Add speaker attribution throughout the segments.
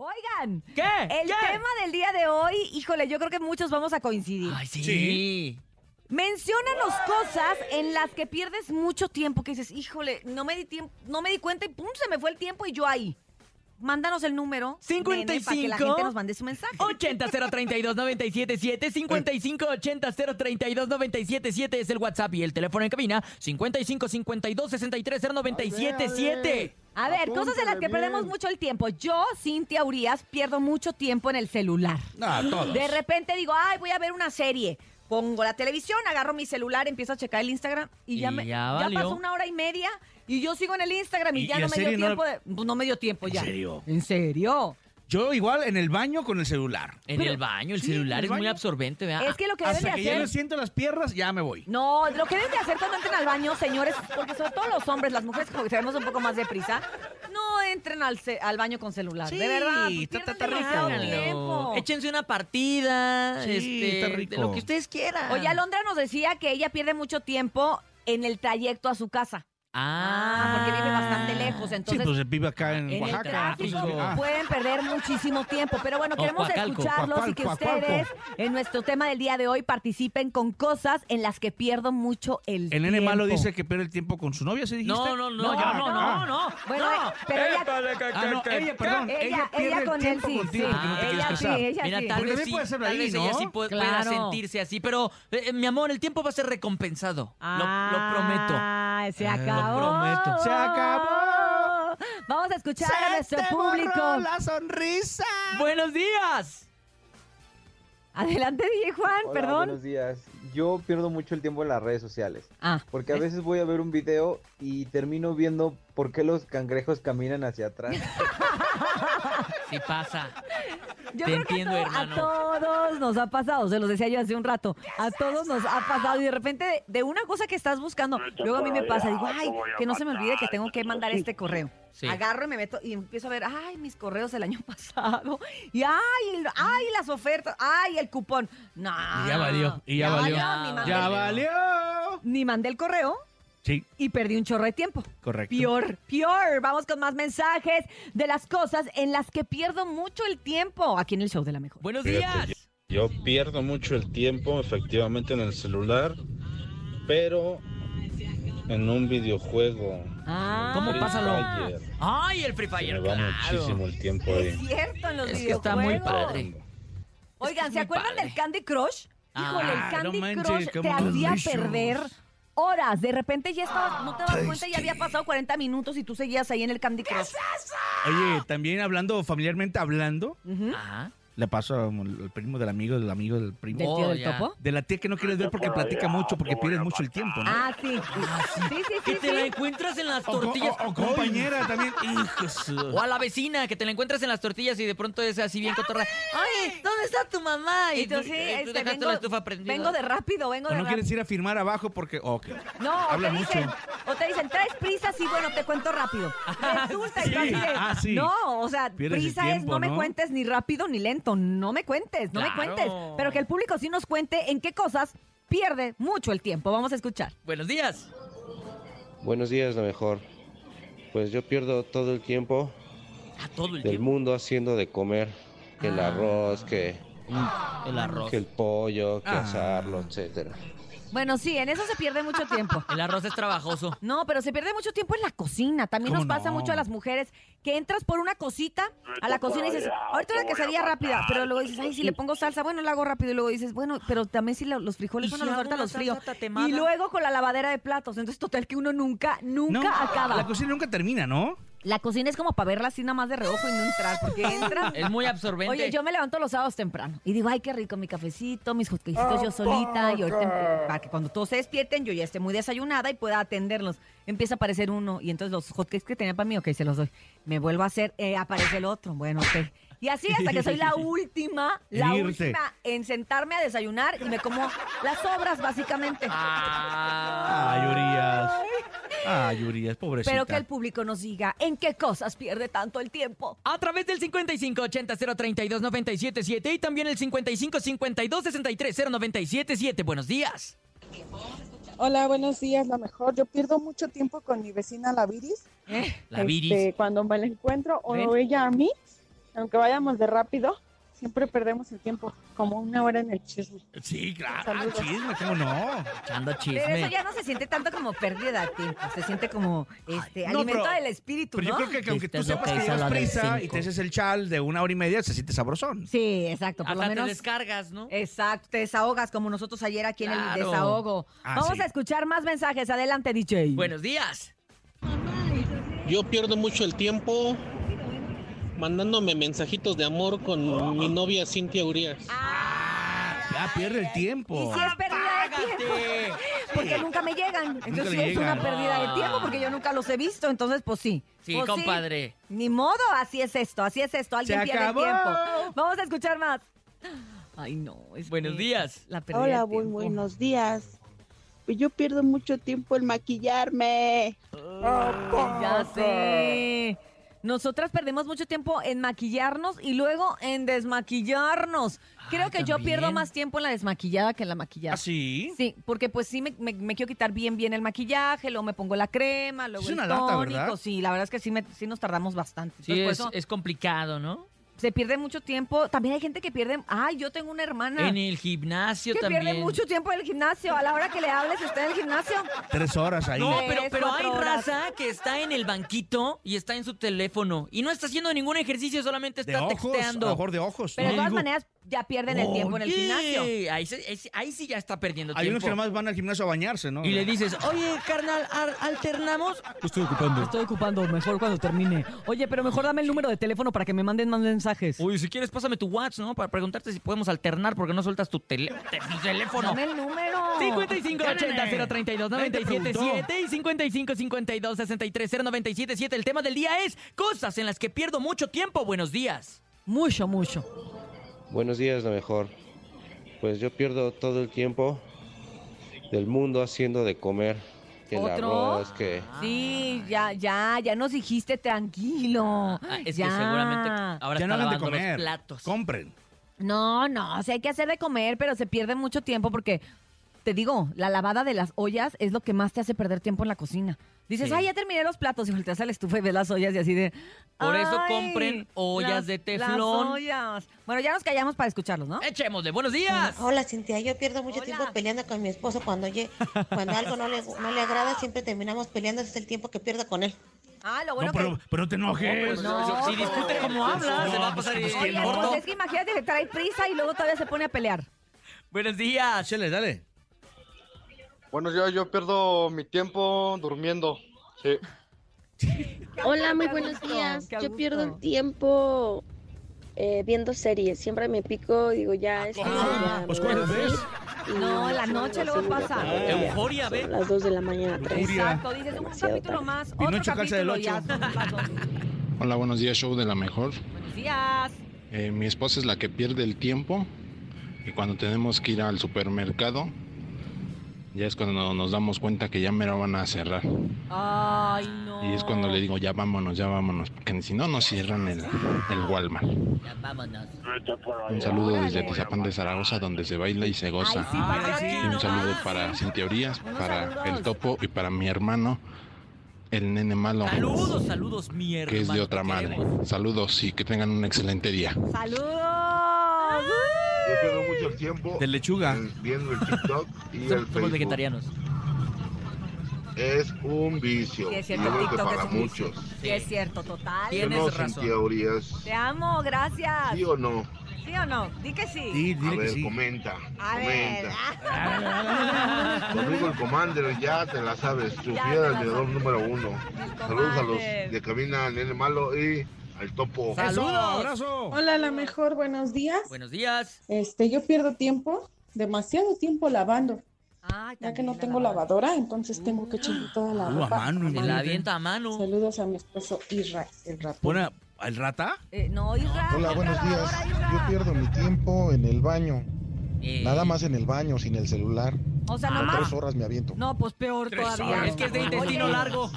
Speaker 1: Oigan,
Speaker 2: ¿Qué?
Speaker 1: el
Speaker 2: ¿Qué?
Speaker 1: tema del día de hoy, híjole, yo creo que muchos vamos a coincidir.
Speaker 2: Ay, sí.
Speaker 3: Sí.
Speaker 1: Menciónanos cosas en las que pierdes mucho tiempo, que dices, híjole, no me di tiempo, no me di cuenta y pum, se me fue el tiempo y yo ahí. Mándanos el número. nene, para que la
Speaker 2: 55.
Speaker 1: gente nos mande su mensaje.
Speaker 2: Oh, 80-032-977, 55-80-032-977 es el WhatsApp y el teléfono en cabina, 55-52-63-097-7.
Speaker 1: A ver, cosas en las que
Speaker 4: Apúntale
Speaker 1: perdemos
Speaker 4: bien.
Speaker 1: mucho el tiempo. Yo, Cintia Urias, pierdo mucho tiempo en el celular.
Speaker 3: No, todos.
Speaker 1: De repente digo, ay, voy a ver una serie. Pongo la televisión, agarro mi celular, empiezo a checar el Instagram y ya,
Speaker 2: Y
Speaker 1: me,
Speaker 2: ya
Speaker 1: ya
Speaker 2: valió.
Speaker 1: pasó una hora y media y yo sigo en el Instagram y,
Speaker 3: ¿Y-
Speaker 1: ya
Speaker 3: y
Speaker 1: no me
Speaker 3: la
Speaker 1: dio
Speaker 3: serie no
Speaker 1: tiempo.
Speaker 3: la-
Speaker 1: de- pues no me dio tiempo
Speaker 3: ¿En
Speaker 1: ya.
Speaker 3: serio?
Speaker 1: ¿En serio?
Speaker 3: Yo igual en el baño con el celular.
Speaker 2: En el baño, el
Speaker 3: Sí,
Speaker 2: celular
Speaker 3: el
Speaker 2: es muy
Speaker 3: baño.
Speaker 2: absorbente, ¿verdad?
Speaker 1: Es que lo que deben de
Speaker 3: Ah, Hasta que ya
Speaker 1: hacer...
Speaker 3: no siento las piernas, ya me voy.
Speaker 1: No, lo que deben de hacer cuando entren al baño, señores, porque sobre todo los hombres, las mujeres como que tenemos un poco más de prisa, no entren al, ce- al baño con celular.
Speaker 3: Sí,
Speaker 1: de verdad, pues,
Speaker 3: está- está-
Speaker 1: pierden
Speaker 3: está
Speaker 1: demasiado
Speaker 3: rico.
Speaker 1: tiempo.
Speaker 2: Échense una partida,
Speaker 3: Sí,
Speaker 2: este,
Speaker 3: está rico.
Speaker 2: de lo que ustedes quieran.
Speaker 1: Oye, Alondra nos decía que ella pierde mucho tiempo en el trayecto a su casa.
Speaker 2: Ah,
Speaker 1: porque vive bastante lejos, entonces...
Speaker 3: sí, pues vive acá en,
Speaker 1: en el
Speaker 3: Oaxaca.
Speaker 1: tráfico
Speaker 3: entonces, ah,
Speaker 1: pueden perder muchísimo tiempo. Pero bueno,
Speaker 2: O
Speaker 1: queremos
Speaker 2: Coacalco,
Speaker 1: escucharlos y que
Speaker 3: Coacalco, Coacalco.
Speaker 1: ustedes en nuestro tema del día de hoy participen con cosas en las que pierdo mucho el
Speaker 3: el
Speaker 1: tiempo.
Speaker 3: nene malo dice que pierde el tiempo con su novia, ¿sí dijiste?
Speaker 2: No, no, no,
Speaker 3: Ah,
Speaker 2: yo no, no,
Speaker 3: ah.
Speaker 2: no.
Speaker 1: Bueno, eh,
Speaker 2: no.
Speaker 1: pero ella-
Speaker 3: Ah, no, ella, perdón.
Speaker 1: Ella-
Speaker 3: Ella,
Speaker 1: ella
Speaker 3: pierde el
Speaker 1: con él
Speaker 3: tiempo
Speaker 1: sí,
Speaker 3: contigo
Speaker 1: sí.
Speaker 3: porque no te
Speaker 1: Ah,
Speaker 3: quieres
Speaker 1: ella sí,
Speaker 3: casar.
Speaker 1: ella-
Speaker 2: Mira,
Speaker 1: sí.
Speaker 2: tal
Speaker 3: Porque
Speaker 2: vez,
Speaker 3: también
Speaker 2: sí,
Speaker 3: puede ser
Speaker 2: tal
Speaker 3: ahí,
Speaker 2: vez
Speaker 3: ¿no?
Speaker 2: ella sí puede, pueda
Speaker 1: Claro.
Speaker 2: sentirse así, pero eh, mi amor, el tiempo va a ser recompensado. Lo-
Speaker 1: Ah,
Speaker 2: Lo, prometo.
Speaker 1: Se
Speaker 2: Ah, lo
Speaker 1: acabó.
Speaker 2: prometo.
Speaker 3: Eh, Se acabó.
Speaker 1: Vamos a escuchar a nuestro
Speaker 3: te
Speaker 1: público.
Speaker 3: borró sonrisa.
Speaker 2: Buenos días.
Speaker 1: Adelante, DJ Juan,
Speaker 5: Hola,
Speaker 1: perdón.
Speaker 5: Buenos días. Yo pierdo mucho el tiempo en las redes sociales.
Speaker 1: Ah,
Speaker 5: Porque a veces voy a ver un video y termino viendo por qué los cangrejos caminan hacia atrás.
Speaker 2: Sí pasa.
Speaker 1: yo
Speaker 2: Te
Speaker 1: creo
Speaker 2: entiendo,
Speaker 1: que a, todo- a
Speaker 2: hermano.
Speaker 1: todos nos ha pasado, se los decía yo hace un rato. A todos nos ha pasado y de repente de, de una cosa que estás buscando, luego a mí me pasa, digo, ay, que no se me olvide que tengo que mandar este correo.
Speaker 2: Sí.
Speaker 1: Agarro y me meto y empiezo a ver, ay, mis correos del año pasado. Y ay, el- ay, las ofertas, ay, el cupón. No.
Speaker 3: Mm. Y ya valió, y ya valió.
Speaker 1: ni mandé
Speaker 3: Ya
Speaker 1: el-
Speaker 3: valió.
Speaker 1: ni mandé el correo
Speaker 3: Sí,
Speaker 1: y perdí un chorro de tiempo.
Speaker 3: correcto.
Speaker 1: Pior, pior. Vamos con más mensajes de las cosas en las que pierdo mucho el tiempo aquí en el show de la mejor.
Speaker 2: Buenos
Speaker 6: Fíjate,
Speaker 2: días.
Speaker 6: Yo pierdo mucho el tiempo efectivamente en el celular, pero en un videojuego.
Speaker 1: Ah,
Speaker 2: ¿Cómo
Speaker 6: Free
Speaker 2: pásalo?
Speaker 6: Fire.
Speaker 2: Ay, el Free
Speaker 6: Se me
Speaker 2: Fire,
Speaker 6: va
Speaker 2: claro.
Speaker 6: muchísimo el tiempo
Speaker 1: Es
Speaker 6: ahí.
Speaker 1: cierto en los
Speaker 2: Es que
Speaker 1: videojuegos.
Speaker 2: está muy padre.
Speaker 1: Oigan,
Speaker 2: Es que es
Speaker 1: ¿se
Speaker 2: muy
Speaker 1: acuerdan
Speaker 2: padre.
Speaker 1: del Candy Crush? Híjole,
Speaker 2: Ah,
Speaker 1: el
Speaker 3: no
Speaker 1: Candy
Speaker 3: manches,
Speaker 1: Crush
Speaker 3: cómo
Speaker 1: te hacía
Speaker 3: delicious.
Speaker 1: perder horas. De repente ya estabas, no te das cuenta, ya había pasado 40 minutos y tú seguías ahí en el Candy Crush.
Speaker 3: Oye, también hablando, familiarmente hablando,
Speaker 1: Ujú.
Speaker 2: Ajá.
Speaker 3: le paso al al primo del amigo, del amigo del primo.
Speaker 1: ¿Del tío
Speaker 2: Oh,
Speaker 1: del
Speaker 2: ya.
Speaker 1: topo?
Speaker 3: De la tía que no quieres ver porque platica mucho, porque pierdes mucho el tiempo, ¿no?
Speaker 1: Ah, sí. Sí, sí,
Speaker 2: Que
Speaker 1: sí.
Speaker 2: te la
Speaker 1: sí.
Speaker 2: encuentras en las
Speaker 3: O, co-
Speaker 2: tortillas.
Speaker 3: o- o compañera también. Hijo
Speaker 2: O
Speaker 3: su-
Speaker 2: a la vecina, que te la encuentras en las tortillas y de pronto es así bien cotorra. Ay, ¿dónde está tu mamá? Y, tú,
Speaker 1: Entonces,
Speaker 2: y tú
Speaker 1: este,
Speaker 2: dejaste
Speaker 1: vengo,
Speaker 2: la estufa prendida.
Speaker 1: vengo de rápido, vengo
Speaker 3: o
Speaker 1: de
Speaker 3: no
Speaker 1: rápido.
Speaker 3: quieres ir a firmar abajo porque. ok.
Speaker 1: No, o te,
Speaker 3: Habla
Speaker 1: dicen,
Speaker 3: mucho.
Speaker 1: o te dicen, traes prisa, sí, bueno, te cuento rápido. Resulta y tú
Speaker 3: sí.
Speaker 1: así de,
Speaker 3: Ah, sí.
Speaker 1: No, o sea,
Speaker 3: Pierdes el
Speaker 1: prisa es
Speaker 3: tiempo,
Speaker 1: no me
Speaker 3: ¿no?
Speaker 1: cuentes ni rápido ni lento, no me cuentes, no me
Speaker 2: Claro.
Speaker 1: cuentes. Pero que el público sí nos cuente en qué cosas pierde mucho el tiempo. Vamos a escuchar.
Speaker 2: Buenos días.
Speaker 7: Buenos días, la mejor. Pues yo pierdo todo el tiempo
Speaker 2: A todo el
Speaker 7: del
Speaker 2: tiempo.
Speaker 7: mundo haciendo de comer. Que el
Speaker 2: Ah.
Speaker 7: arroz, que,
Speaker 2: El arroz.
Speaker 7: que el pollo, que
Speaker 3: Ah.
Speaker 7: asarlo, etcétera.
Speaker 1: Bueno, sí, en eso se pierde mucho tiempo.
Speaker 2: El arroz es trabajoso.
Speaker 1: No, pero se pierde mucho tiempo en la cocina. También nos
Speaker 3: ¿Cómo
Speaker 1: pasa
Speaker 3: no?
Speaker 1: mucho a las mujeres que entras por una cosita a la cocina y dices, ahorita una quesadilla rápida, pero luego dices, ay, si le pongo salsa, bueno, la hago rápido. Y luego dices, bueno, pero también si lo- los frijoles,
Speaker 2: ¿Y
Speaker 1: bueno,
Speaker 2: si
Speaker 1: los
Speaker 2: hago
Speaker 1: ahorita
Speaker 2: una
Speaker 1: los
Speaker 2: salsa
Speaker 1: frío.
Speaker 2: tatemada?
Speaker 1: Y luego con la lavadera de platos. Entonces, total que uno nunca, nunca
Speaker 3: No,
Speaker 1: acaba.
Speaker 3: La cocina nunca termina, ¿no?
Speaker 1: La cocina es como para verla así nada más de reojo y no entrar, porque entras.
Speaker 2: Es muy absorbente.
Speaker 1: Oye, yo me levanto los sábados temprano y digo, ay, qué rico mi cafecito, mis hotcakesitos yo solita. Y ahorita, em- para que cuando todos se despierten, yo ya esté muy desayunada y pueda atenderlos. Empieza a aparecer uno y entonces los hotcakes que tenía para mí, ok, se los doy. Me vuelvo a hacer, eh, aparece el otro, bueno, ok. Y así hasta que soy la última, la
Speaker 3: En irte.
Speaker 1: última en sentarme a desayunar y me como las sobras, básicamente.
Speaker 2: Ah.
Speaker 3: Ay, Urias. Ay, Urias, pobrecita.
Speaker 1: Pero que el público nos diga en qué cosas pierde tanto el tiempo.
Speaker 2: A través del 5580-032-977 y también el 5552-630977. Buenos días.
Speaker 8: Hola, buenos días, la mejor. Yo pierdo mucho tiempo con mi vecina, la Viris.
Speaker 3: Eh.
Speaker 2: La
Speaker 8: Este,
Speaker 2: viris.
Speaker 8: cuando me la encuentro o
Speaker 1: Ven.
Speaker 8: ella a mí, aunque vayamos de rápido, siempre perdemos el tiempo, como una hora en el chisme.
Speaker 3: Sí, claro. Ah,
Speaker 8: Saludos.
Speaker 3: chisme, cómo no.
Speaker 2: Echando
Speaker 1: Pero eso
Speaker 2: chisme.
Speaker 1: ya no se siente tanto como pérdida de tiempo, se siente como este,
Speaker 3: Ay, no,
Speaker 1: alimento
Speaker 3: pero-
Speaker 1: del espíritu,
Speaker 3: Pero yo
Speaker 1: ¿no?
Speaker 3: creo que, que aunque tú
Speaker 2: Viste lo
Speaker 3: sepas
Speaker 2: que
Speaker 3: que
Speaker 2: hizo
Speaker 3: llevas
Speaker 2: la de
Speaker 3: prisa y
Speaker 2: cinco.
Speaker 3: te haces el chal de una hora y media, se siente sabrosón.
Speaker 1: Sí, exacto, por
Speaker 2: Hasta
Speaker 1: lo
Speaker 2: te
Speaker 1: menos.
Speaker 2: descargas, ¿no?
Speaker 1: Exacto, te desahogas como nosotros ayer aquí en el
Speaker 2: Claro.
Speaker 1: desahogo.
Speaker 3: Ah,
Speaker 1: Vamos
Speaker 3: sí.
Speaker 1: a escuchar más mensajes. Adelante, DJ.
Speaker 2: Buenos días.
Speaker 4: Yo pierdo mucho el tiempo mandándome mensajitos de amor con mi novia Cintia Urias.
Speaker 3: Ya pierde el
Speaker 1: Y
Speaker 3: tiempo.
Speaker 1: si es pérdida de tiempo,
Speaker 2: Apágate.
Speaker 1: porque nunca me llegan. Entonces
Speaker 3: le
Speaker 1: sí es una
Speaker 3: llegan.
Speaker 1: pérdida de
Speaker 2: Ah.
Speaker 1: tiempo porque yo nunca los he visto. Entonces, pues sí.
Speaker 2: Sí,
Speaker 1: Pues
Speaker 2: compadre.
Speaker 1: Ni modo, así es esto, así es esto. Alguien
Speaker 3: Se
Speaker 1: pierde
Speaker 3: acabó.
Speaker 1: tiempo. Vamos a escuchar más. Ay, no. es
Speaker 2: Buenos
Speaker 1: que
Speaker 2: días.
Speaker 1: La pérdida
Speaker 9: Hola,
Speaker 1: de
Speaker 9: muy
Speaker 1: tiempo.
Speaker 9: buenos días. Pues yo pierdo mucho tiempo en maquillarme.
Speaker 1: Ya sé. Nosotras perdemos mucho tiempo en maquillarnos y luego en desmaquillarnos. Creo
Speaker 2: Ay,
Speaker 1: que yo pierdo
Speaker 2: Ah, también.
Speaker 1: más tiempo en la desmaquillada que en la maquillada.
Speaker 3: ¿Ah, sí?
Speaker 1: Sí, porque pues sí me, me- me quiero quitar bien bien el maquillaje, luego me pongo la crema, luego
Speaker 3: Es
Speaker 1: el
Speaker 3: una lata,
Speaker 1: tónico.
Speaker 3: ¿verdad?
Speaker 1: Sí, la verdad es que sí, me- sí nos tardamos bastante.
Speaker 2: Sí,
Speaker 1: Entonces, por
Speaker 2: es,
Speaker 1: eso
Speaker 2: es complicado, ¿no?
Speaker 1: se pierde mucho tiempo. También hay gente que pierde... Ay, yo tengo una hermana
Speaker 2: En el gimnasio
Speaker 1: que
Speaker 2: también.
Speaker 1: pierde mucho tiempo en el gimnasio. A la hora que le hables, está en el gimnasio.
Speaker 3: Tres horas ahí.
Speaker 2: No,
Speaker 1: Tres,
Speaker 2: pero, pero hay
Speaker 1: cuatro horas.
Speaker 2: raza que está en el banquito y está en su teléfono y no está haciendo ningún ejercicio, solamente
Speaker 3: de
Speaker 2: está
Speaker 3: ojos, a lo
Speaker 2: texteando.
Speaker 3: mejor de ojos.
Speaker 1: Pero de
Speaker 3: ¿no?
Speaker 1: todas
Speaker 3: Digo,
Speaker 1: maneras, ya pierden el tiempo en el
Speaker 2: Oye,
Speaker 1: gimnasio.
Speaker 2: Ahí, se- ahí se- ahí sí ya está perdiendo
Speaker 3: Hay unos
Speaker 2: tiempo.
Speaker 3: que nomás van al gimnasio a bañarse, ¿no?
Speaker 2: Y le dices, oye, carnal, ar- alternamos.
Speaker 1: Estoy ocupando. Estoy ocupando, mejor cuando termine. Oye, pero mejor dame el número de teléfono para que me manden más mensajes.
Speaker 2: Oye, si quieres, pásame tu WhatsApp, ¿no? Para preguntarte si podemos alternar porque no sueltas tu, tele- te- tu teléfono.
Speaker 1: Dame el número.
Speaker 2: 55 80 032 97
Speaker 3: preguntó.
Speaker 2: 7 y 55 52 63 097 7. El tema del día es cosas en las que pierdo mucho tiempo. Buenos días.
Speaker 1: Mucho, mucho.
Speaker 7: Buenos días, la mejor. Pues yo pierdo todo el tiempo del mundo haciendo de comer. Que el
Speaker 1: ¿Otro?
Speaker 7: arroz, que...
Speaker 1: Sí, ya, ya, ya nos dijiste tranquilo.
Speaker 2: Ah, es
Speaker 1: Ya.
Speaker 2: que seguramente ahora
Speaker 3: ya
Speaker 2: está
Speaker 3: no hagan de
Speaker 2: lavando
Speaker 3: comer.
Speaker 2: los platos.
Speaker 3: Compren.
Speaker 1: No, no, o sea, hay que hacer de comer, pero se pierde mucho tiempo porque, te digo, la lavada de las ollas es lo que más te hace perder tiempo en la cocina. Dices,
Speaker 2: Sí.
Speaker 1: ay, ya terminé los platos y volteas a la estufa y ves las ollas y así de...
Speaker 2: Por eso
Speaker 1: "Ay,
Speaker 2: compren ollas
Speaker 1: las-
Speaker 2: de
Speaker 1: las
Speaker 2: teflón". Eh,
Speaker 1: ollas. Bueno, ya nos callamos para escucharlos, ¿no?
Speaker 2: Echémosle. Buenos días.
Speaker 10: Hola Cintia, yo pierdo mucho
Speaker 1: Hola.
Speaker 10: tiempo peleando con mi esposo cuando oye, cuando algo no le, no le agrada, siempre terminamos peleando, ese es el tiempo que pierdo con él.
Speaker 1: Ah, lo bueno
Speaker 3: no, pero,
Speaker 1: que... pues,
Speaker 3: pero no te enojes.
Speaker 1: No,
Speaker 2: pues, si discute como habla,
Speaker 3: no,
Speaker 2: se va a
Speaker 3: pues,
Speaker 2: pasar
Speaker 3: pues,
Speaker 2: en
Speaker 3: ¿quién
Speaker 1: Oye,
Speaker 3: no?
Speaker 2: corto.
Speaker 1: pues es que imagínate que trae prisa y luego todavía se pone a pelear.
Speaker 2: Buenos días.
Speaker 3: Chele, dale.
Speaker 11: Bueno, yo, yo pierdo mi tiempo durmiendo. Sí.
Speaker 9: Hola, muy
Speaker 1: Qué
Speaker 9: buenos
Speaker 1: gusto,
Speaker 9: días.
Speaker 1: qué
Speaker 9: Yo pierdo el
Speaker 1: gusto.
Speaker 9: tiempo eh, viendo series. Siempre me pico, digo, ya es.
Speaker 3: Ah, pues ¿cuál ves?
Speaker 1: No, la noche luego pasa.
Speaker 2: Euforia, ve.
Speaker 9: las 2 de la mañana, 3.
Speaker 1: Exacto, dices un
Speaker 9: Demasiado
Speaker 1: capítulo
Speaker 9: tarde.
Speaker 1: más, otro
Speaker 3: Pinocho calza del
Speaker 1: capítulo y ya
Speaker 3: ocho.
Speaker 1: son las dos.
Speaker 4: Hola, buenos días, show de la mejor.
Speaker 1: Buenos días.
Speaker 4: Eh, mi esposa es la que pierde el tiempo y cuando tenemos que ir al supermercado, ya es cuando nos damos cuenta que ya me lo van a cerrar.
Speaker 1: Ay, no.
Speaker 4: Y es cuando le digo, ya vámonos, ya vámonos, porque si no nos cierran el, el Walmart.
Speaker 2: Ya vámonos.
Speaker 4: Un saludo desde
Speaker 1: Órale.
Speaker 4: Atizapán de Zaragoza, donde se baila y se
Speaker 1: Ay,
Speaker 4: goza.
Speaker 1: sí, para Ah,
Speaker 2: Ay,
Speaker 1: que
Speaker 2: sí,
Speaker 1: vean
Speaker 4: Y un saludo
Speaker 1: nomás.
Speaker 4: para Cintia Urias,
Speaker 1: Unos
Speaker 4: para
Speaker 1: saludos.
Speaker 4: El Topo y para mi hermano, el nene malo,
Speaker 2: Saludos, saludos, mi hermano.
Speaker 4: que es de otra
Speaker 2: te
Speaker 4: madre.
Speaker 2: queremos.
Speaker 4: Saludos y que tengan un excelente día.
Speaker 1: ¡Saludos!
Speaker 6: Yo pierdo mucho el tiempo
Speaker 3: De lechuga.
Speaker 6: viendo el TikTok y
Speaker 2: Somos, somos vegetarianos.
Speaker 6: Es un vicio.
Speaker 1: Sí, es cierto, TikTok es un vicio. Sí, es cierto, total.
Speaker 2: Tienes razón.
Speaker 1: Te amo, gracias. ¿Sí
Speaker 6: o no?
Speaker 1: o no? Di que sí.
Speaker 3: Sí, dile que sí.
Speaker 6: comenta,
Speaker 1: A ver.
Speaker 6: Conmigo el Commander, ya te la sabes, tu
Speaker 1: Ya
Speaker 6: fiel
Speaker 1: te la
Speaker 6: admirador
Speaker 1: sabes.
Speaker 6: número uno.
Speaker 1: El
Speaker 6: Saludos a los
Speaker 1: Commander.
Speaker 6: de Camina, Nene Malo y al Topo.
Speaker 2: Sal-
Speaker 3: Eso,
Speaker 2: Saludos.
Speaker 3: abrazo.
Speaker 8: Hola, la mejor, buenos días.
Speaker 2: Buenos días.
Speaker 8: Este, yo pierdo tiempo, demasiado tiempo lavando,
Speaker 1: Ay,
Speaker 8: ya que
Speaker 1: también
Speaker 8: no
Speaker 1: la
Speaker 8: tengo
Speaker 1: lavadora.
Speaker 8: lavadora, entonces tengo que chingar toda la
Speaker 3: Uh, a
Speaker 8: ropa.
Speaker 3: mano,
Speaker 2: Se la avienta a mano.
Speaker 8: Saludos a mi esposo Israel, el rapero.
Speaker 3: Pone al rata.
Speaker 1: Eh, no, Isra.
Speaker 4: Hola,
Speaker 1: otra
Speaker 4: buenos
Speaker 1: lavadora,
Speaker 4: días.
Speaker 1: Isra.
Speaker 4: Yo pierdo mi tiempo en el baño,
Speaker 2: Eh,
Speaker 4: nada más en el baño, sin el celular.
Speaker 1: O sea,
Speaker 4: Tres
Speaker 1: nomás.
Speaker 4: horas me aviento.
Speaker 1: No, pues peor
Speaker 3: Tres
Speaker 1: todavía.
Speaker 3: horas.
Speaker 2: Es que es de intestino
Speaker 1: Oye,
Speaker 2: largo.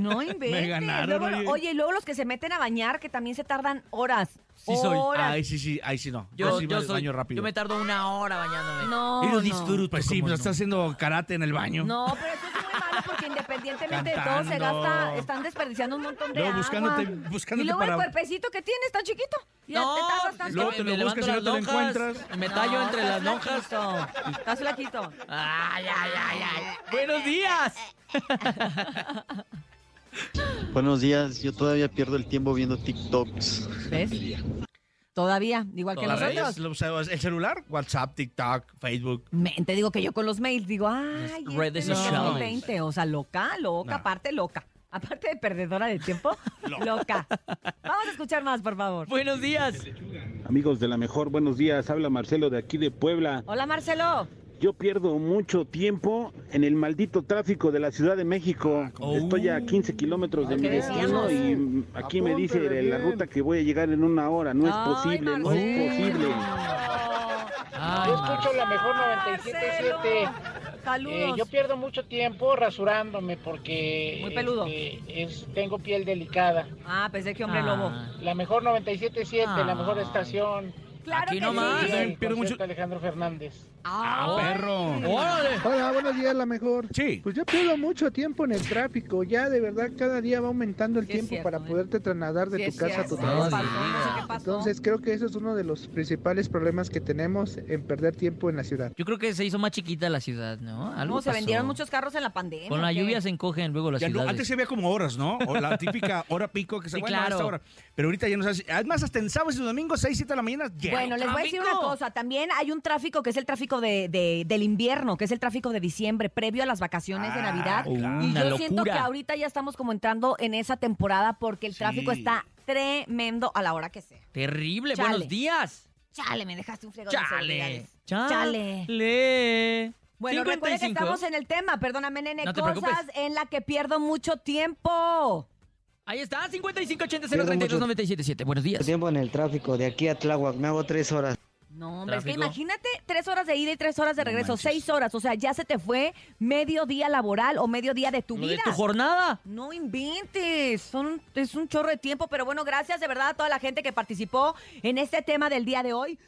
Speaker 1: No inventes.
Speaker 3: Me ganaron,
Speaker 1: Luego-
Speaker 3: oye.
Speaker 1: oye, y luego los que se meten a bañar, que también se tardan horas.
Speaker 2: Sí soy.
Speaker 1: Horas.
Speaker 3: Ay, sí, sí, ahí sí no.
Speaker 2: Yo,
Speaker 3: sí,
Speaker 2: yo
Speaker 3: ba-
Speaker 2: soy-
Speaker 3: baño rápido.
Speaker 2: yo me tardo una hora bañándome.
Speaker 1: No.
Speaker 3: y
Speaker 1: no.
Speaker 3: lo disfruto. Pues sí,
Speaker 2: ¿cómo
Speaker 3: pero
Speaker 2: no?
Speaker 3: está haciendo karate en el baño.
Speaker 1: No, pero eso es muy malo más porque independientemente de todo se
Speaker 3: Cantando.
Speaker 1: gasta, están desperdiciando un montón de
Speaker 3: Luego
Speaker 1: agua.
Speaker 3: buscándote- buscándote
Speaker 1: y luego el
Speaker 3: para-
Speaker 1: cuerpecito que tiene, está chiquito. Ya
Speaker 2: No,
Speaker 1: te tardas
Speaker 2: es que
Speaker 1: tanto.
Speaker 3: Luego te lo
Speaker 2: levanto
Speaker 3: buscas y
Speaker 2: las
Speaker 3: no te lo
Speaker 2: lonjas,
Speaker 3: encuentras.
Speaker 2: Me tallo
Speaker 1: No,
Speaker 2: entre las
Speaker 1: estás
Speaker 2: lonjas.
Speaker 1: flaquito, Estás flaquito.
Speaker 2: Ay, ay, ay, ay. Buenos días.
Speaker 12: Buenos días, yo todavía pierdo el tiempo viendo TikToks.
Speaker 1: ¿Ves? Todavía, igual que
Speaker 3: Todas
Speaker 1: nosotros.
Speaker 3: ellas, lo usabas. el celular, WhatsApp, TikTok, Facebook.
Speaker 1: Me- te digo que yo con los mails digo, ay,
Speaker 3: Las redes
Speaker 1: este no,
Speaker 3: sociales.
Speaker 1: 2020, o sea, loca, loca,
Speaker 3: No.
Speaker 1: aparte loca. Aparte de perdedora de tiempo, loca. Vamos a escuchar más, por favor.
Speaker 2: Buenos días.
Speaker 13: Amigos de la mejor, buenos días. Habla Marcelo de aquí de Puebla.
Speaker 1: Hola, Marcelo.
Speaker 13: Yo pierdo mucho tiempo en el maldito tráfico de la Ciudad de México.
Speaker 1: Ah,
Speaker 13: Estoy a 15 kilómetros de mi
Speaker 1: ¿Qué
Speaker 13: destino
Speaker 1: decíamos?
Speaker 13: y mm, aquí me dice
Speaker 1: Apúntele
Speaker 13: la
Speaker 1: bien.
Speaker 13: ruta que voy a llegar en una hora. No es
Speaker 1: Ay,
Speaker 13: posible, no es
Speaker 1: Marcelo.
Speaker 13: posible.
Speaker 2: Ay,
Speaker 14: escucho la mejor 97.7.
Speaker 1: Saludos.
Speaker 14: Eh, yo pierdo mucho tiempo rasurándome porque
Speaker 1: Muy peludo.
Speaker 14: este, es- tengo piel delicada.
Speaker 1: Ah, pensé que hombre
Speaker 14: Ah.
Speaker 1: lobo.
Speaker 14: La mejor 97.7, la mejor
Speaker 1: Ah.
Speaker 14: estación.
Speaker 1: Claro Aquí que nomás. sí.
Speaker 14: Eh,
Speaker 1: También pierdo
Speaker 14: concierto Alejandro Fernández.
Speaker 1: Ah,
Speaker 3: perro.
Speaker 15: Hola, buenos días, la mejor. Sí. Pues yo pierdo mucho tiempo en el tráfico. Ya de verdad cada día va aumentando el
Speaker 1: Sí, es
Speaker 15: tiempo
Speaker 1: cierto, eh.
Speaker 15: para poderte trasladar de
Speaker 1: Sí,
Speaker 15: tu
Speaker 1: es
Speaker 15: casa
Speaker 1: cierto.
Speaker 15: a tu trabajo.
Speaker 1: Pasó, no sé qué pasó.
Speaker 15: Entonces creo que eso es uno de los principales problemas que tenemos en perder tiempo en la ciudad.
Speaker 2: Yo creo que se hizo más chiquita la ciudad, ¿no? Algo
Speaker 1: No, se
Speaker 2: pasó.
Speaker 1: vendieron muchos carros en la pandemia.
Speaker 2: Con la
Speaker 1: ¿o qué?
Speaker 2: lluvia se encogen luego las
Speaker 3: Ya no-
Speaker 2: ciudades.
Speaker 3: antes se veía como horas, ¿no? O la típica hora pico que se
Speaker 2: Sí,
Speaker 3: bueno, a
Speaker 2: claro.
Speaker 3: esta hora. Pero ahorita ya no sabes. Además, hasta en sábados y domingos, 6, 7 de la mañana. llega
Speaker 1: Bueno,
Speaker 3: el
Speaker 1: les voy a decir una
Speaker 3: tráfico.
Speaker 1: cosa. También hay un tráfico que es el tráfico de, de- del invierno, que es el tráfico de diciembre, previo a las vacaciones
Speaker 3: Ah,
Speaker 1: de Navidad.
Speaker 2: claro.
Speaker 1: y
Speaker 2: Ah, Una
Speaker 1: yo siento que
Speaker 2: locura.
Speaker 1: ahorita ya estamos como entrando en esa temporada porque el tráfico está tremendo a la hora que sea.
Speaker 2: Terrible.
Speaker 1: Chale.
Speaker 2: Buenos días.
Speaker 1: Chale, me dejaste un fregón. de
Speaker 2: Chale.
Speaker 1: inseguridades. Chale.
Speaker 2: Chale.
Speaker 1: Bueno, recuerda que
Speaker 2: 55.
Speaker 1: estamos en el tema, perdóname, nene,
Speaker 2: No te
Speaker 1: cosas
Speaker 2: preocupes.
Speaker 1: en la que pierdo mucho tiempo.
Speaker 2: Ahí está, 5580
Speaker 16: Pierdo mucho
Speaker 2: 032 Buenos días.
Speaker 16: Tiempo en el tráfico de aquí a Tláhuac, me hago tres horas.
Speaker 1: No, hombre, es que
Speaker 16: Tráfico.
Speaker 1: imagínate tres horas de ida y tres horas de regreso, seis horas. O sea, ya se te fue medio día laboral o medio día de tu
Speaker 2: Lo
Speaker 1: vida.
Speaker 2: de tu jornada.
Speaker 1: No inventes, son, es un chorro de tiempo, pero bueno, gracias de verdad a toda la gente que participó en este tema del día de hoy.